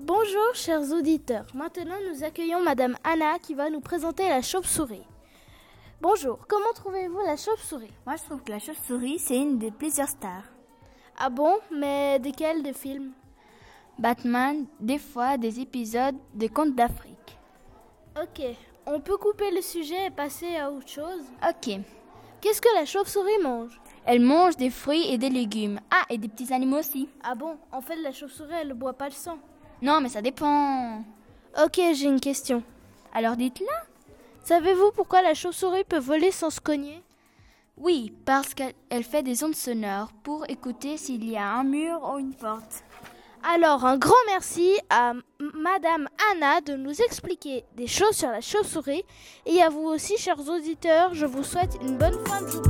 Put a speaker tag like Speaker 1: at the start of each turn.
Speaker 1: Bonjour chers auditeurs, maintenant nous accueillons Madame Anna qui va nous présenter la chauve-souris. Bonjour, comment trouvez-vous la chauve-souris
Speaker 2: Moi, je trouve que la chauve-souris, c'est une des plusieurs stars.
Speaker 1: Ah bon, mais desquels des films
Speaker 2: Batman, des fois des épisodes des contes d'Afrique.
Speaker 1: Ok, on peut couper le sujet et passer à autre chose.
Speaker 2: Ok.
Speaker 1: Qu'est-ce que la chauve-souris mange
Speaker 2: Elle mange des fruits et des légumes. Ah, et des petits animaux aussi.
Speaker 1: Ah bon, en fait la chauve-souris elle ne boit pas le sang.
Speaker 2: Non, mais ça dépend.
Speaker 1: Ok, j'ai une question.
Speaker 2: Alors dites-la.
Speaker 1: Savez-vous pourquoi la chauve-souris peut voler sans se cogner
Speaker 2: Oui, parce qu'elle elle fait des ondes sonores pour écouter s'il y a un mur ou une porte.
Speaker 1: Alors un grand merci à M- Madame Anna de nous expliquer des choses sur la chauve-souris et à vous aussi chers auditeurs, je vous souhaite une bonne fin de journée.